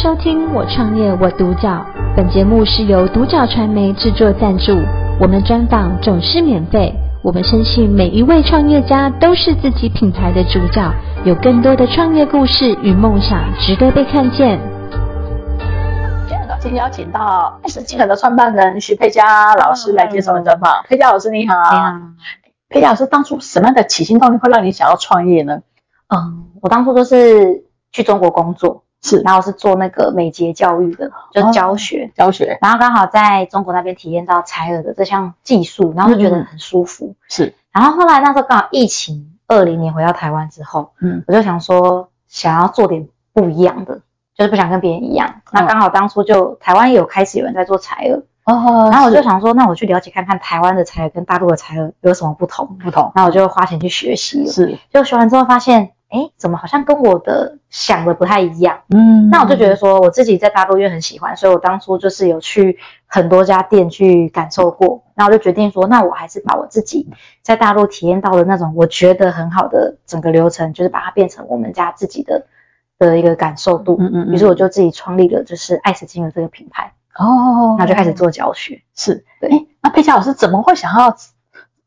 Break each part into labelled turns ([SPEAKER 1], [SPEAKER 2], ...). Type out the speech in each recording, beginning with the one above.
[SPEAKER 1] 收听《我创业我独角》，本节目是由独角传媒制作赞助，我们专访总是免费。我们深信每一位创业家都是自己品牌的主角，有更多的创业故事与梦想值得被看见。
[SPEAKER 2] 今天很高兴邀请到爱神精神的创办人徐佩佳老师来接受我们专
[SPEAKER 3] 嗯
[SPEAKER 2] 访。佩佳老师你好，
[SPEAKER 3] 对啊，
[SPEAKER 2] 佩佳老师当初什么样的起心动念会让你想要创业呢？
[SPEAKER 3] 嗯，我当初就是去中国工作，
[SPEAKER 2] 是
[SPEAKER 3] 然后是做那个美睫教育的，就
[SPEAKER 2] 哦
[SPEAKER 3] 教学，
[SPEAKER 2] 教学
[SPEAKER 3] 然后刚好在中国那边体验到采耳的这项技术，然后就
[SPEAKER 2] 嗯
[SPEAKER 3] 觉
[SPEAKER 2] 嗯
[SPEAKER 3] 得很舒服。
[SPEAKER 2] 是，
[SPEAKER 3] 然后后来那时候刚好疫情，二零年回到台湾之后，
[SPEAKER 2] 嗯
[SPEAKER 3] 我就想说想要做点不一样的，就是不想跟别人一样。那刚好当初就台湾也有开始有人在做采耳，
[SPEAKER 2] 嗯哦
[SPEAKER 3] 然后我就想说，那我去了解看看台湾的采耳跟大陆的采耳有什么不同。
[SPEAKER 2] 不同
[SPEAKER 3] 那我就花钱去学习了。
[SPEAKER 2] 是，
[SPEAKER 3] 就学完之后发现，哎，怎么好像跟我的想的不太一样？
[SPEAKER 2] 嗯
[SPEAKER 3] 那我就觉得说，我自己在大陆因为很喜欢，所以我当初就是有去很多家店去感受过。那我就决定说，那我还是把我自己在大陆体验到的那种我觉得很好的整个流程，就是把它变成我们家自己的的一个感受度。
[SPEAKER 2] 嗯嗯嗯
[SPEAKER 3] 于是我就自己创立了就是爱死金额这个品牌，
[SPEAKER 2] 哦，
[SPEAKER 3] 那就开始做教学。
[SPEAKER 2] 是，
[SPEAKER 3] 对
[SPEAKER 2] 哎，那佩佳老师怎么会想要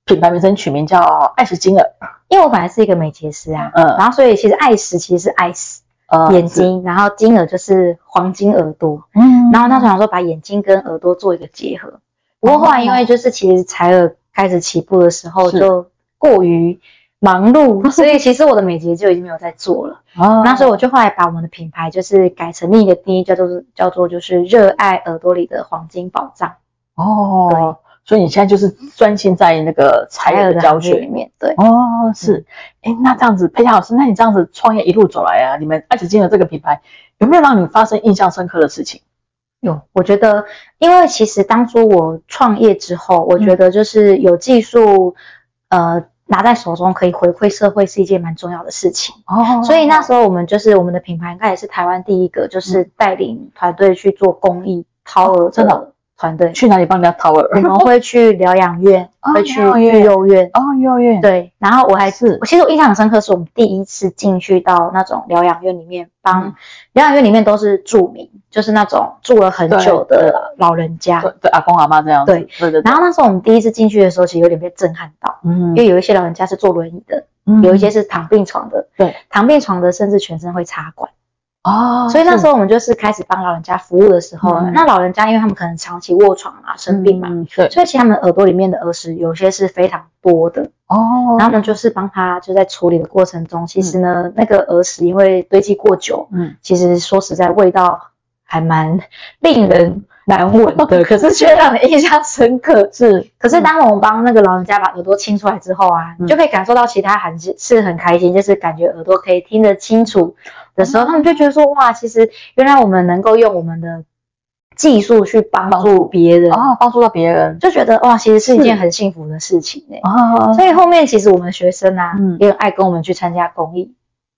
[SPEAKER 2] 品牌名称取名叫爱是金耳？
[SPEAKER 3] 因为我本来是一个美睫师啊，
[SPEAKER 2] 嗯
[SPEAKER 3] 然后所以其实爱死其实是爱死
[SPEAKER 2] 呃
[SPEAKER 3] 眼，睛，然后金额就是黄金耳朵。
[SPEAKER 2] 嗯
[SPEAKER 3] 然后那时候想说把眼睛跟耳朵做一个结合，不过后来因为就是其实采耳开始起步的时候
[SPEAKER 2] 是
[SPEAKER 3] 就过于忙碌， 所以其实我的美睫就已经没有在做了。
[SPEAKER 2] 哦
[SPEAKER 3] 那时候我就后来把我们的品牌就是改成另一个定义，叫做叫做就是热爱耳朵里的黄金宝藏，
[SPEAKER 2] 哦，所以你现在就是专心在那个才
[SPEAKER 3] 采耳
[SPEAKER 2] 艺
[SPEAKER 3] 的
[SPEAKER 2] 教
[SPEAKER 3] 行业里
[SPEAKER 2] 学。
[SPEAKER 3] 面对。
[SPEAKER 2] 哦，是，哎，那这样子，佩佳老师，那你这样子创业一路走来啊，你们爱子金的这个品牌有没有让你发生印象深刻的事情？
[SPEAKER 3] 有，我觉得，因为其实当初我创业之后，我觉得就是有技术，呃，拿在手中可以回馈社会是一件蛮重要的事情。
[SPEAKER 2] 哦
[SPEAKER 3] 所以那时候我们就是我们的品牌，应该也是台湾第一个，就是带领团队去做公益掏耳
[SPEAKER 2] 真的哦
[SPEAKER 3] 的团队。
[SPEAKER 2] 去哪里帮人家掏耳？
[SPEAKER 3] 我们会去疗养院，
[SPEAKER 2] 哦
[SPEAKER 3] 会去
[SPEAKER 2] 疗养院
[SPEAKER 3] 育幼院，
[SPEAKER 2] 哦，幼儿园，
[SPEAKER 3] 对。然后我还
[SPEAKER 2] 是
[SPEAKER 3] 我其实我印象很深刻，是我们第一次进去到那种疗养院里面
[SPEAKER 2] 嗯
[SPEAKER 3] 帮疗养院里面都是住民，就是那种住了很久
[SPEAKER 2] 对
[SPEAKER 3] 的老人家
[SPEAKER 2] 对。对，阿公阿妈这样子，
[SPEAKER 3] 啊对
[SPEAKER 2] 对对对
[SPEAKER 3] 然，后那时候我们第一次进去的时候，其实有点被震撼到，
[SPEAKER 2] 嗯
[SPEAKER 3] 因为有一些老人家是坐轮椅的，
[SPEAKER 2] 嗯
[SPEAKER 3] 有一些是躺病床的，
[SPEAKER 2] 对，
[SPEAKER 3] 躺病床的甚至全身会插管。
[SPEAKER 2] 哦，
[SPEAKER 3] 所以那
[SPEAKER 2] 是
[SPEAKER 3] 时候我们就是开始帮老人家服务的时候，
[SPEAKER 2] 嗯
[SPEAKER 3] 那老人家因为他们可能长期卧床啊、生病嘛，
[SPEAKER 2] 嗯对，
[SPEAKER 3] 所以其实他们耳朵里面的耳石有些是非常多的。
[SPEAKER 2] 哦
[SPEAKER 3] 然后我们就是帮他就在处理的过程中，其实呢，那个耳石因为堆积过久，
[SPEAKER 2] 嗯，
[SPEAKER 3] 其实说实在味道还蛮令人难闻的， 可是却让人印象深刻。
[SPEAKER 2] 是，
[SPEAKER 3] 可是当我们帮那个老人家把耳朵清出来之后啊，
[SPEAKER 2] 嗯
[SPEAKER 3] 你就可以感受到其他孩子是很开心，就是感觉耳朵可以听得清楚的时候，他们就觉得说哇，其实原来我们能够用我们的技术去帮助别人，
[SPEAKER 2] 哦，帮助到别人，
[SPEAKER 3] 就觉得哇，其实是一件
[SPEAKER 2] 是
[SPEAKER 3] 很幸福的事情呢、
[SPEAKER 2] 哦
[SPEAKER 3] 所以后面其实我们学生啊，
[SPEAKER 2] 嗯
[SPEAKER 3] 也很爱跟我们去参加公益。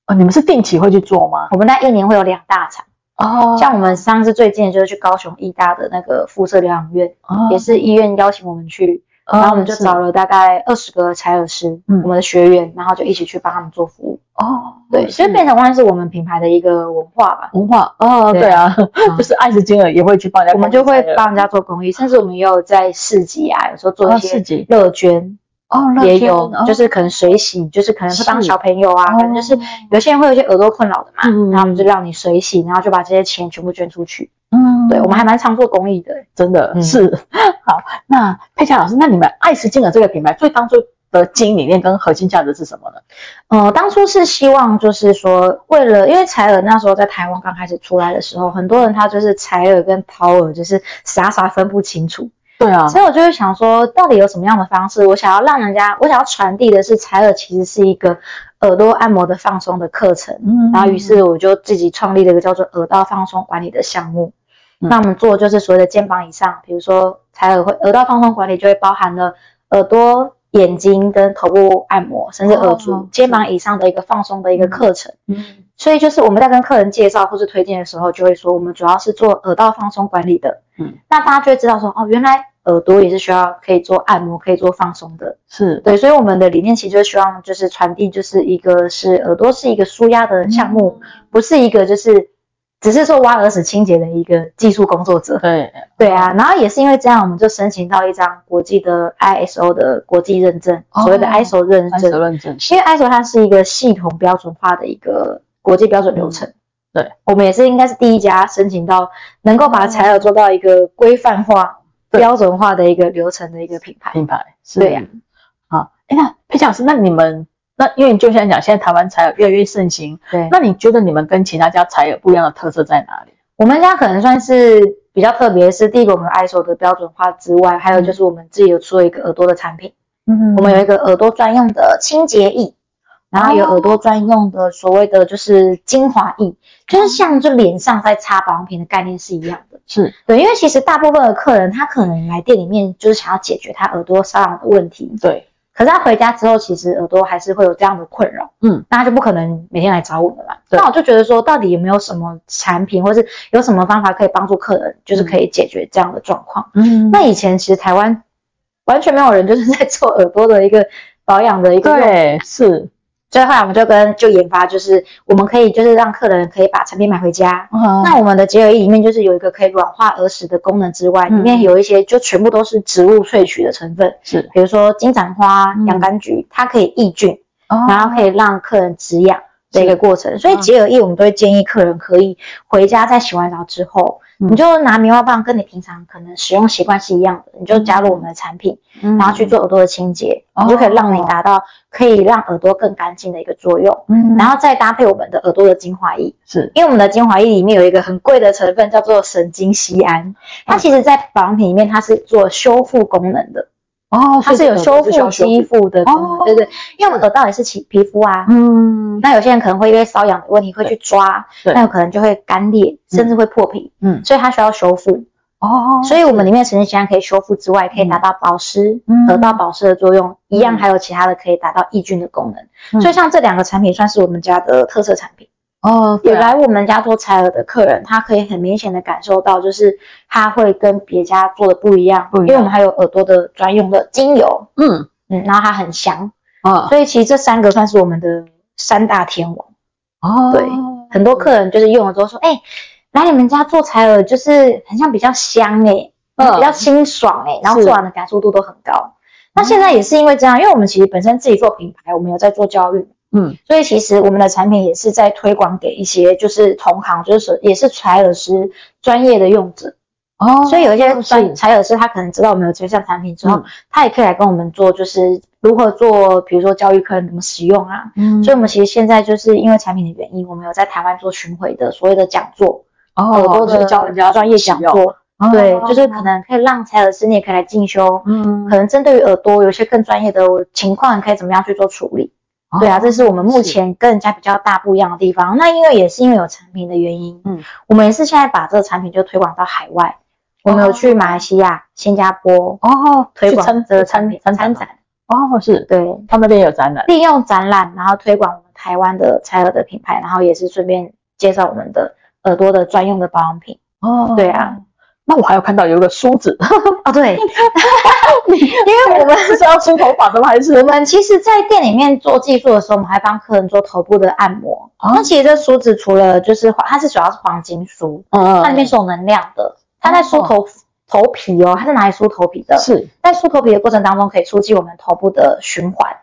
[SPEAKER 2] 哦，你们是定期会去做吗？
[SPEAKER 3] 我们那一年会有两大场，
[SPEAKER 2] 哦
[SPEAKER 3] 像我们上次最近的就是去高雄医大的那个辐射疗养院，
[SPEAKER 2] 哦
[SPEAKER 3] 也是医院邀请我们去
[SPEAKER 2] 哦
[SPEAKER 3] 然后我们就是找了大概二十个采耳师，
[SPEAKER 2] 嗯
[SPEAKER 3] 我们的学员，然后就一起去帮他们做服务。
[SPEAKER 2] 哦，
[SPEAKER 3] 对，所以变成算是我们品牌的一个文化吧。
[SPEAKER 2] 文化哦，
[SPEAKER 3] 对
[SPEAKER 2] 对啊，
[SPEAKER 3] 嗯
[SPEAKER 2] 就是爱是金额也会去帮人家
[SPEAKER 3] 我
[SPEAKER 2] 公
[SPEAKER 3] 们
[SPEAKER 2] 益参加
[SPEAKER 3] 就会
[SPEAKER 2] 的，
[SPEAKER 3] 帮人家做公益，甚至我们也有在市集啊，有时候做
[SPEAKER 2] 哦
[SPEAKER 3] 一
[SPEAKER 2] 市集
[SPEAKER 3] 些乐捐，
[SPEAKER 2] 哦，乐
[SPEAKER 3] 也
[SPEAKER 2] 捐
[SPEAKER 3] 有
[SPEAKER 2] 哦
[SPEAKER 3] 就是可能水洗，就是可能是帮
[SPEAKER 2] 是
[SPEAKER 3] 小朋友啊，可能就是
[SPEAKER 2] 哦
[SPEAKER 3] 有些人会有一些耳朵困扰的嘛，
[SPEAKER 2] 嗯
[SPEAKER 3] 然后我们就让你水洗，然后就把这些钱全部捐出去。
[SPEAKER 2] 嗯，
[SPEAKER 3] 对，我们还蛮常做公益的。
[SPEAKER 2] 真的
[SPEAKER 3] 嗯
[SPEAKER 2] 是好。那佩佳老师，那你们爱是金额这个品牌最当初的经营理念跟核心价值是什么呢？
[SPEAKER 3] 呃，当初是希望就是说，为了因为采耳那时候在台湾刚开始出来的时候，很多人他就是采耳跟掏耳就是傻傻分不清楚，
[SPEAKER 2] 对啊，
[SPEAKER 3] 所以我就会想说，到底有什么样的方式，我想要让人家，我想要传递的是采耳其实是一个耳朵按摩的放松的课程，
[SPEAKER 2] 嗯
[SPEAKER 3] 然后于是我就自己创立了一个叫做耳道放松管理的项目。
[SPEAKER 2] 嗯
[SPEAKER 3] 那我们做的就是所谓的肩膀以上，比如说采耳会耳道放松管理就会包含了耳朵、眼睛跟头部按摩，甚至耳
[SPEAKER 2] 哦
[SPEAKER 3] 足、肩膀以上的一个放松的一个课程。
[SPEAKER 2] 嗯
[SPEAKER 3] 所以就是我们在跟客人介绍或是推荐的时候，就会说我们主要是做耳道放松管理的。
[SPEAKER 2] 嗯，
[SPEAKER 3] 那大家就会知道说，哦，原来耳朵也是需要可以做按摩、可以做放松的。
[SPEAKER 2] 是
[SPEAKER 3] 对，所以我们的理念其实就是希望就是
[SPEAKER 2] 嗯
[SPEAKER 3] 传递，就是一个是耳朵是一个舒压的项目，不是一个就是只是说挖耳屎清洁的一个技术工作者。
[SPEAKER 2] 对，
[SPEAKER 3] 对
[SPEAKER 2] 哦
[SPEAKER 3] 啊，然后也是因为这样，我们就申请到一张国际的 ISO 的国际认证，
[SPEAKER 2] 哦
[SPEAKER 3] 所谓的 ISO 认
[SPEAKER 2] 安
[SPEAKER 3] 证。
[SPEAKER 2] 责认证，
[SPEAKER 3] 因为 ISO 它是一个系统标准化的一个国际标准流程。
[SPEAKER 2] 嗯对，哦
[SPEAKER 3] 我们也是应该是第一家申请到能够把采耳做到一个规范化、
[SPEAKER 2] 对嗯
[SPEAKER 3] 标准化的一个流程的一个品牌。
[SPEAKER 2] 品牌是
[SPEAKER 3] 对呀
[SPEAKER 2] 啊，哎那佩奇老师，那你们那因为你就像讲，现在台湾采耳越来越盛行，
[SPEAKER 3] 对，
[SPEAKER 2] 那你觉得你们跟其他家采耳不一样的特色在哪里？
[SPEAKER 3] 我们家可能算是比较特别，是第一个我们 ISO 的标准化之外，还有就是我们自己有出了一个耳朵的产品。
[SPEAKER 2] 嗯
[SPEAKER 3] 我们有一个耳朵专用的清洁液，然后有耳朵专用的所谓的就是精华液，就是像就脸上在擦保养品的概念是一样的。
[SPEAKER 2] 是
[SPEAKER 3] 对，因为其实大部分的客人他可能来店里面就是想要解决他耳朵瘙痒的问题，
[SPEAKER 2] 对，
[SPEAKER 3] 可是他回家之后，其实耳朵还是会有这样的困扰，
[SPEAKER 2] 嗯，
[SPEAKER 3] 那他就不可能每天来找我们嘛。
[SPEAKER 2] 对
[SPEAKER 3] 那我就觉得说，到底有没有什么产品，或是有什么方法可以帮助客人，就是可以解决这样的状况？
[SPEAKER 2] 嗯
[SPEAKER 3] 那以前其实台湾完全没有人就是在做耳朵的一个保养的一个用，
[SPEAKER 2] 对是
[SPEAKER 3] 所以后来我们就跟就研发，就是我们可以就是让客人可以把产品买回家。
[SPEAKER 2] 那
[SPEAKER 3] 那我们的洁耳液里面就是有一个可以软化耳屎的功能之外，里
[SPEAKER 2] 嗯
[SPEAKER 3] 面有一些就全部都是植物萃取的成分，
[SPEAKER 2] 是，
[SPEAKER 3] 比如说金盏花
[SPEAKER 2] 嗯、哦
[SPEAKER 3] 洋甘菊，它可以抑菌，
[SPEAKER 2] 然
[SPEAKER 3] 然后可以让客人止痒的一个过程。所以
[SPEAKER 2] 嗯
[SPEAKER 3] 洁耳液我们都会建议客人可以回家在洗完澡之后，
[SPEAKER 2] 嗯
[SPEAKER 3] 你就拿棉花棒跟你平常可能使用习惯是一样的，你就加入我们的产品，
[SPEAKER 2] 然
[SPEAKER 3] 然后去，做耳朵的清洁，
[SPEAKER 2] 嗯哦
[SPEAKER 3] 你就可以让你达到可以让耳朵更干净的一个作用。
[SPEAKER 2] 嗯
[SPEAKER 3] 然后再搭配我们的耳朵的精华液，
[SPEAKER 2] 是
[SPEAKER 3] 因为我们的精华液里面有一个很贵的成分叫做神经酰胺，它其实在保养品里面它是做修复功能的，
[SPEAKER 2] 哦
[SPEAKER 3] 它是有修复肌
[SPEAKER 2] 肌，
[SPEAKER 3] 肤的功能，
[SPEAKER 2] 哦
[SPEAKER 3] 对对，因为我们耳道也是起皮肤啊。
[SPEAKER 2] 嗯
[SPEAKER 3] 那有些人可能会因为瘙痒的问题会去抓，
[SPEAKER 2] 对
[SPEAKER 3] 那有可能就会干裂，甚至会破皮，
[SPEAKER 2] 嗯
[SPEAKER 3] 所以它需要修复。
[SPEAKER 2] 哦，
[SPEAKER 3] 所以我们里呃面神经酰胺可以修复之外，可以达到保湿、
[SPEAKER 2] 嗯
[SPEAKER 3] 得到保湿的作用，一样还有其他的可以达到抑菌的功能。
[SPEAKER 2] 嗯
[SPEAKER 3] 所以像这两个产品算是我们家的特色产品。
[SPEAKER 2] 哦
[SPEAKER 3] 有
[SPEAKER 2] 对啊
[SPEAKER 3] 来我们家做采耳的客人，他可以很明显的感受到，就是他会跟别家做的不一样，
[SPEAKER 2] 不一样
[SPEAKER 3] 因为我们还有耳朵的专用的精油，
[SPEAKER 2] 嗯
[SPEAKER 3] 嗯，然后它很香，
[SPEAKER 2] 啊
[SPEAKER 3] 所以其实这三个算是我们的三大天王。
[SPEAKER 2] 哦
[SPEAKER 3] 对很多客人就是用了之后说，哎、来你们家做采耳就是很像比较香哎、
[SPEAKER 2] 嗯
[SPEAKER 3] 比较清爽哎、然后
[SPEAKER 2] 是
[SPEAKER 3] 做完的感受度都很高。那现在也是因为这样，因为我们其实本身自己做品牌，我们有在做教育，
[SPEAKER 2] 嗯
[SPEAKER 3] 所以其实我们的产品也是在推广给一些就是同行，就是也是采耳师专业的用者。
[SPEAKER 2] 哦，
[SPEAKER 3] 所以有一些
[SPEAKER 2] 是
[SPEAKER 3] 专采耳师，他可能知道我们有这项产品之后，
[SPEAKER 2] 嗯
[SPEAKER 3] 他也可以来跟我们做，就是如何做，比如说教育客人怎么使用啊，
[SPEAKER 2] 嗯
[SPEAKER 3] 所以，我们其实现在就是因为产品的原因，我们有在台湾做巡回的所谓的讲座，
[SPEAKER 2] 哦，
[SPEAKER 3] 耳朵
[SPEAKER 2] 就
[SPEAKER 3] 的
[SPEAKER 2] 是教人家
[SPEAKER 3] 专业讲座，
[SPEAKER 2] 哦，
[SPEAKER 3] 对，就是可能可以让采耳师你也可以来进修，
[SPEAKER 2] 嗯
[SPEAKER 3] 可能针对于耳朵有一些更专业的情况，可以怎么样去做处理。
[SPEAKER 2] 哦
[SPEAKER 3] 对啊，这是我们目前跟人家比较大不一样的地方。那因为也是因为有产品的原因，
[SPEAKER 2] 嗯，
[SPEAKER 3] 我们也是现在把这个产品就推广到海外，我们有去马来西亚、新加坡
[SPEAKER 2] 哦，
[SPEAKER 3] 推
[SPEAKER 2] 去
[SPEAKER 3] 广
[SPEAKER 2] 参
[SPEAKER 3] 这个产
[SPEAKER 2] 参
[SPEAKER 3] 品参
[SPEAKER 2] 参
[SPEAKER 3] 展，
[SPEAKER 2] 哦是，
[SPEAKER 3] 对，
[SPEAKER 2] 他们那边有展览，
[SPEAKER 3] 利用展览，然后推广我们台湾的采耳的品牌，然后也是顺便介绍我们的耳朵的专用的保养品。
[SPEAKER 2] 哦
[SPEAKER 3] 对啊，
[SPEAKER 2] 那我还有看到有一个梳子，
[SPEAKER 3] 哦，对，因为我们
[SPEAKER 2] 是要梳头发的吗？还是
[SPEAKER 3] 我们其实，在店里面做技术的时候，我们还帮客人做头部的按摩。
[SPEAKER 2] 哦
[SPEAKER 3] 那其实这梳子除了就是黄它是主要是黄金梳，
[SPEAKER 2] 嗯
[SPEAKER 3] 它里面是有能量的，它在梳头、头皮哦，它是拿来梳头皮的。
[SPEAKER 2] 是
[SPEAKER 3] 在梳头皮的过程当中，可以促进我们头部的循环，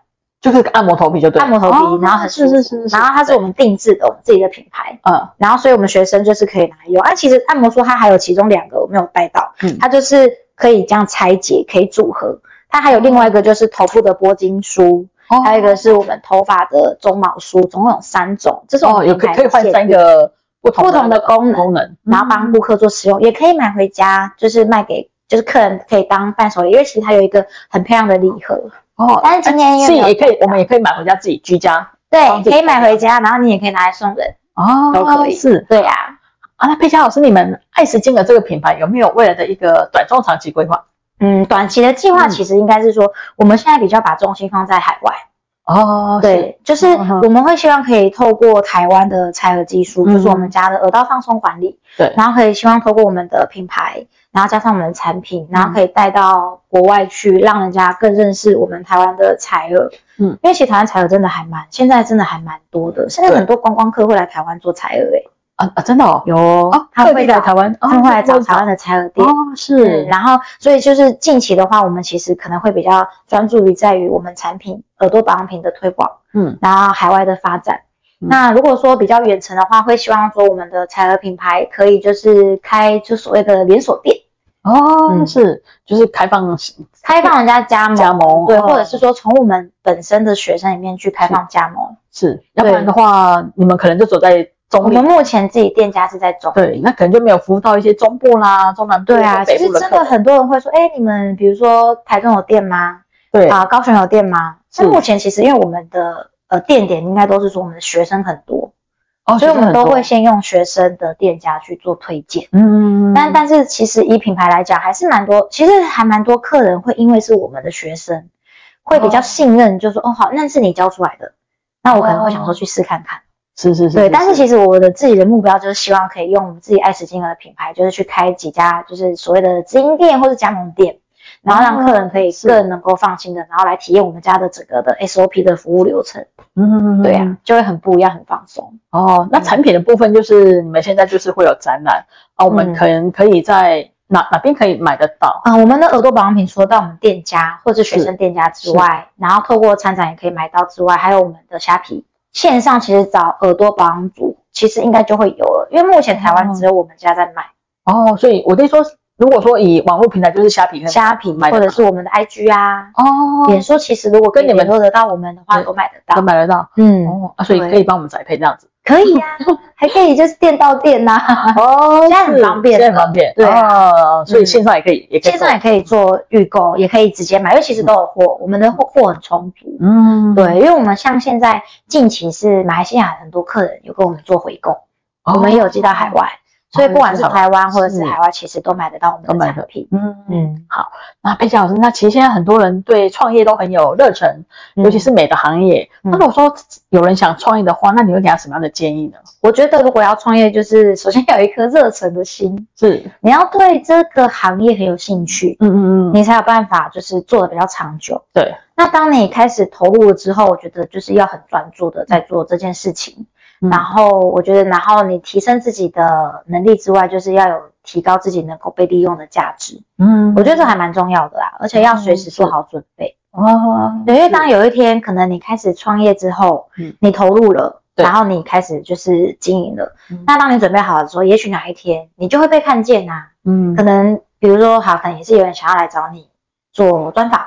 [SPEAKER 2] 就是按摩头皮就对了，
[SPEAKER 3] 按摩头皮，
[SPEAKER 2] 哦
[SPEAKER 3] 然后很舒
[SPEAKER 2] 是
[SPEAKER 3] 服。
[SPEAKER 2] 是是，
[SPEAKER 3] 然后它是我们定制的，我们自己的品牌。
[SPEAKER 2] 嗯
[SPEAKER 3] 然后所以我们学生就是可以拿来用。啊，其实按摩梳它还有其中两个我没有带到，
[SPEAKER 2] 嗯
[SPEAKER 3] 它就是可以这样拆解，可以组合。它还有另外一个就是头部的拨筋梳，
[SPEAKER 2] 哦
[SPEAKER 3] 还有一个是我们头发的鬃毛梳，总共有三种。这是我
[SPEAKER 2] 哦
[SPEAKER 3] 们
[SPEAKER 2] 有可
[SPEAKER 3] 品牌
[SPEAKER 2] 可以换
[SPEAKER 3] 限
[SPEAKER 2] 三
[SPEAKER 3] 定，
[SPEAKER 2] 个不同
[SPEAKER 3] 不同的功能
[SPEAKER 2] 功能，
[SPEAKER 3] 然后帮顾客做使用，也可以买回家，就是卖给。就是客人可以当伴手礼，因为其实它有一个很漂亮的礼盒，
[SPEAKER 2] 哦，
[SPEAKER 3] 但是今天因为
[SPEAKER 2] 是
[SPEAKER 3] 没有
[SPEAKER 2] 也可以
[SPEAKER 3] 带，到
[SPEAKER 2] 我们也可以买回家自己居家
[SPEAKER 3] 对，
[SPEAKER 2] 帮自己
[SPEAKER 3] 可以买回家，然后你也可以拿来送人，
[SPEAKER 2] 哦
[SPEAKER 3] 都可以。
[SPEAKER 2] 是
[SPEAKER 3] 对呀、
[SPEAKER 2] 啊，那佩佳老师，你们爱斯金的这个品牌有没有未来的一个短中长期规划？
[SPEAKER 3] 嗯，短期的计划
[SPEAKER 2] 嗯
[SPEAKER 3] 其实应该是说，我们现在比较把重心放在海外，
[SPEAKER 2] 哦，
[SPEAKER 3] 对，就是
[SPEAKER 2] 嗯哼
[SPEAKER 3] 我们会希望可以透过台湾的采耳技术，
[SPEAKER 2] 嗯
[SPEAKER 3] 就是我们家的耳道放松管理，
[SPEAKER 2] 对
[SPEAKER 3] 然后可以希望透过我们的品牌，然后加上我们的产品，然后可以带到国外去，让人家更认识我们台湾的采耳。
[SPEAKER 2] 嗯，
[SPEAKER 3] 因为其实台湾采耳真的还蛮，现在真的还蛮多的，现在
[SPEAKER 2] 对
[SPEAKER 3] 很多观光客会来台湾做采耳、欸，
[SPEAKER 2] 啊啊，真的哦，
[SPEAKER 3] 有
[SPEAKER 2] 哦，
[SPEAKER 3] 他
[SPEAKER 2] 特地
[SPEAKER 3] 会
[SPEAKER 2] 来
[SPEAKER 3] 找
[SPEAKER 2] 台湾，
[SPEAKER 3] 他会来找
[SPEAKER 2] 哦
[SPEAKER 3] 台湾的采耳店。
[SPEAKER 2] 哦，
[SPEAKER 3] 对，
[SPEAKER 2] 是，
[SPEAKER 3] 然后所以就是近期的话，我们其实可能会比较专注于在于我们产品耳朵保养品的推广，
[SPEAKER 2] 嗯，
[SPEAKER 3] 然后海外的发展。
[SPEAKER 2] 嗯
[SPEAKER 3] 那如果说比较远程的话，会希望说我们的采耳品牌可以就是开就所谓的连锁店，
[SPEAKER 2] 哦，
[SPEAKER 3] 嗯
[SPEAKER 2] 是，就是开放
[SPEAKER 3] 开放人家加盟，
[SPEAKER 2] 加盟，
[SPEAKER 3] 嗯对，
[SPEAKER 2] 哦
[SPEAKER 3] 或者是说从我们本身的学生里面去开放加盟。
[SPEAKER 2] 是，要不然
[SPEAKER 3] 对
[SPEAKER 2] 的话，你们可能就走在
[SPEAKER 3] 我
[SPEAKER 2] 中立
[SPEAKER 3] 们，目前自己店家是在中部。
[SPEAKER 2] 对，那可能就没有服务到一些中部啦、中南部、
[SPEAKER 3] 对啊，
[SPEAKER 2] 北
[SPEAKER 3] 其
[SPEAKER 2] 部
[SPEAKER 3] 实
[SPEAKER 2] 的
[SPEAKER 3] 真
[SPEAKER 2] 客
[SPEAKER 3] 的
[SPEAKER 2] 人，
[SPEAKER 3] 很多人会说，哎，你们比如说台中有店吗？
[SPEAKER 2] 对
[SPEAKER 3] 啊、高雄有店吗？
[SPEAKER 2] 是
[SPEAKER 3] 那目前其实因为我们的呃店点应该都是说我们的学生很多，
[SPEAKER 2] 哦，
[SPEAKER 3] 所以我们都
[SPEAKER 2] 先，
[SPEAKER 3] 会先用学生的店家去做推荐。
[SPEAKER 2] 嗯，
[SPEAKER 3] 但但是其实以品牌来讲，还是蛮多，其实还蛮多客人会因为是我们的学生，会比较
[SPEAKER 2] 哦
[SPEAKER 3] 信任，就说哦好，那是你教出来的，那我可能会想说
[SPEAKER 2] 哦
[SPEAKER 3] 去试看看。
[SPEAKER 2] 是是是，
[SPEAKER 3] 对，但是其实我的自己的目标就是希望可以用我们自己爱食金额的品牌，就是去开几家就是所谓的直营店或是加盟店，然后让客人可以哦
[SPEAKER 2] 是
[SPEAKER 3] 更能够放心的，然后来体验我们家的整个的 SOP 的服务流程。
[SPEAKER 2] 嗯，
[SPEAKER 3] 对啊，就会很不一样，很放松。
[SPEAKER 2] 哦，
[SPEAKER 3] 嗯
[SPEAKER 2] 那产品的部分就是你们现在就是会有展览啊，我们
[SPEAKER 3] 嗯
[SPEAKER 2] 可能可以在哪哪边可以买得到？
[SPEAKER 3] 啊、我们的耳朵保养品除了到我们店家或是学生店家之外，然后透过参展也可以买到之外，还有我们的虾皮线上，其实找耳朵保养组其实应该就会有了，因为目前台湾只有我们家在卖。
[SPEAKER 2] 哦，所以我的意思说，如果说以网络平台就是虾皮跟
[SPEAKER 3] 虾皮
[SPEAKER 2] 嗯买得
[SPEAKER 3] 或者
[SPEAKER 2] 到
[SPEAKER 3] 是我们的 IG 啊，
[SPEAKER 2] 哦，
[SPEAKER 3] 脸书其实如果
[SPEAKER 2] 跟
[SPEAKER 3] 跟
[SPEAKER 2] 你
[SPEAKER 3] 你
[SPEAKER 2] 们
[SPEAKER 3] 们都得到我们的话，
[SPEAKER 2] 对
[SPEAKER 3] 都买得到
[SPEAKER 2] 都。买得到
[SPEAKER 3] 嗯，
[SPEAKER 2] 哦，啊，所以
[SPEAKER 3] 对
[SPEAKER 2] 可以帮我们宅配这样子。
[SPEAKER 3] 可以呀、还可以就是店到店呐、
[SPEAKER 2] 哦，
[SPEAKER 3] 现在很
[SPEAKER 2] 是
[SPEAKER 3] 方便
[SPEAKER 2] 现在很
[SPEAKER 3] 了
[SPEAKER 2] 方便，
[SPEAKER 3] 对
[SPEAKER 2] 哦，所以
[SPEAKER 3] 嗯
[SPEAKER 2] 线上也可以，也可以
[SPEAKER 3] 线上也
[SPEAKER 2] 做，
[SPEAKER 3] 可以做预购，也可以直接买，因为其实都有货，我们的货货很充足。
[SPEAKER 2] 嗯，
[SPEAKER 3] 对，因为我们像现在近期是马来西亚很多客人有跟我们做回购，
[SPEAKER 2] 哦，
[SPEAKER 3] 我们也有寄到海外，所以不管是台湾或者
[SPEAKER 2] 是
[SPEAKER 3] 是海外，其实都买得到我们
[SPEAKER 2] 都买
[SPEAKER 3] 的
[SPEAKER 2] 得
[SPEAKER 3] 产品。
[SPEAKER 2] 嗯嗯。
[SPEAKER 3] 嗯，
[SPEAKER 2] 那佩佳老师，那其实现在很多人对创业都很有热忱，
[SPEAKER 3] 嗯
[SPEAKER 2] 尤其是美的行业。
[SPEAKER 3] 嗯
[SPEAKER 2] 那如果说有人想创业的话，那你会给他什么样的建议呢？
[SPEAKER 3] 我觉得如果要创业，就是首先要有一颗热忱的心，
[SPEAKER 2] 是，
[SPEAKER 3] 你要对这个行业很有兴趣，
[SPEAKER 2] 嗯嗯嗯，
[SPEAKER 3] 你才有办法就是做的比较长久。
[SPEAKER 2] 对，
[SPEAKER 3] 那当你开始投入了之后，我觉得就是要很专注的在做这件事情。
[SPEAKER 2] 嗯
[SPEAKER 3] 然后我觉得，然后你提升自己的能力之外，就是要有提高自己能够被利用的价值。
[SPEAKER 2] 嗯
[SPEAKER 3] 我觉得这还蛮重要的啦，而且要随时做
[SPEAKER 2] 嗯
[SPEAKER 3] 好准备。
[SPEAKER 2] 哦，
[SPEAKER 3] 对，因为当有一天可能你开始创业之后，
[SPEAKER 2] 嗯
[SPEAKER 3] 你投入了，
[SPEAKER 2] 对
[SPEAKER 3] 然后你开始就是经营了，
[SPEAKER 2] 嗯
[SPEAKER 3] 那当你准备好了之后，也许哪一天你就会被看见呐、啊
[SPEAKER 2] 嗯
[SPEAKER 3] 可能比如说，好，可能也是有人想要来找你做专访，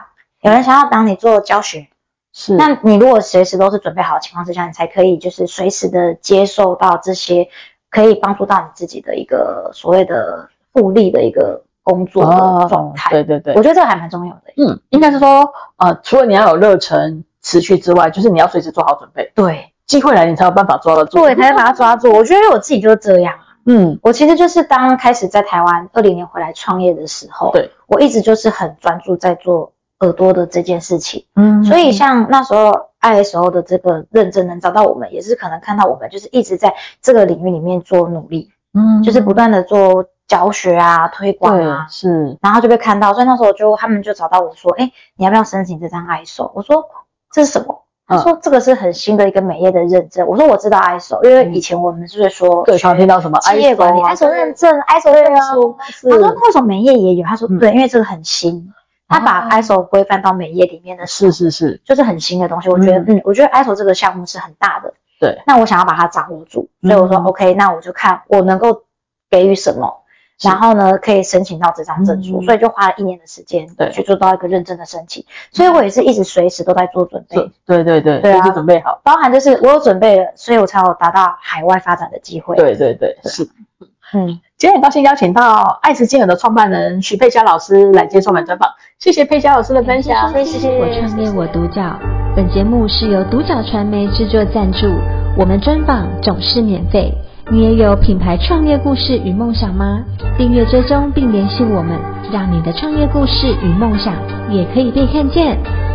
[SPEAKER 3] 有人想要当你做教学。
[SPEAKER 2] 是，
[SPEAKER 3] 那你如果随时都是准备好的情况之下，你才可以就是随时的接受到这些可以帮助到你自己的一个所谓的互利的一个工作的状
[SPEAKER 2] 哦，
[SPEAKER 3] 态。
[SPEAKER 2] 对对对
[SPEAKER 3] 我，觉得这个还蛮重要的。
[SPEAKER 2] 嗯，应该是说，呃，除了你要有热忱、持续之外，就是你要随时做好准备，
[SPEAKER 3] 对，
[SPEAKER 2] 机会来你才有办法抓得住。
[SPEAKER 3] 对，才能把它抓住。 我觉得我自己就是这样啊。
[SPEAKER 2] 嗯，
[SPEAKER 3] 我其实就是当开始在台湾二零年回来创业的时候，
[SPEAKER 2] 对，
[SPEAKER 3] 我一直就是很专注在做耳朵的这件事情。
[SPEAKER 2] 嗯
[SPEAKER 3] 所以像那时候 ISO 的这个认证能找到我们，也是可能看到我们就是一直在这个领域里面做努力，
[SPEAKER 2] 嗯
[SPEAKER 3] 就是不断的做教学啊、推广
[SPEAKER 2] 对
[SPEAKER 3] 啊，
[SPEAKER 2] 是，
[SPEAKER 3] 然后就被看到。所以那时候就他们就找到我说：“哎，你要不要申请这张 ISO？” 我说：“这是什么？”
[SPEAKER 2] 嗯
[SPEAKER 3] 他说：“这个是很新的一个美业的认证。”我说：“我知道 ISO，因为
[SPEAKER 2] 嗯
[SPEAKER 3] 以前我们就是说
[SPEAKER 2] 最常听到什么啊
[SPEAKER 3] 企业管理
[SPEAKER 2] ISO
[SPEAKER 3] ISO 认证、ISO 认书。”
[SPEAKER 2] 啊是
[SPEAKER 3] 他说：“为什么美业也有？”他说：“
[SPEAKER 2] 嗯
[SPEAKER 3] 对，因为这个很新。”他把
[SPEAKER 2] 哦
[SPEAKER 3] ISO 规范到美业里面的时候
[SPEAKER 2] 是是是，
[SPEAKER 3] 就是很新的东西。我觉得，嗯我觉得 ISO 这个项目是很大的，
[SPEAKER 2] 对，
[SPEAKER 3] 那我想要把它掌握住，所以我说、
[SPEAKER 2] 嗯
[SPEAKER 3] OK，那我就看我能够给予什么，
[SPEAKER 2] 是
[SPEAKER 3] 然后呢可以申请到这张证书，
[SPEAKER 2] 嗯
[SPEAKER 3] 所以就花了一年的时间
[SPEAKER 2] 对嗯
[SPEAKER 3] 去做到一个认证的申请，所以我也是一直随时都在做准备。
[SPEAKER 2] 对对对对，
[SPEAKER 3] 对啊
[SPEAKER 2] 随时准备好。
[SPEAKER 3] 包含就是我有准备了，所以我才有达到海外发展的机会。，
[SPEAKER 2] 对对对，
[SPEAKER 3] 对
[SPEAKER 2] 是。
[SPEAKER 3] 嗯，
[SPEAKER 2] 今天很高兴邀请到爱思金耳的创办人徐佩佳老师来接受我们专访，谢谢佩佳老师的分享，
[SPEAKER 3] 谢谢
[SPEAKER 1] 我创业我独角。本节目是由独角传媒制作赞助，我们专访总是免费。你也有品牌创业故事与梦想吗？订阅追踪并联系我们，让你的创业故事与梦想也可以被看见。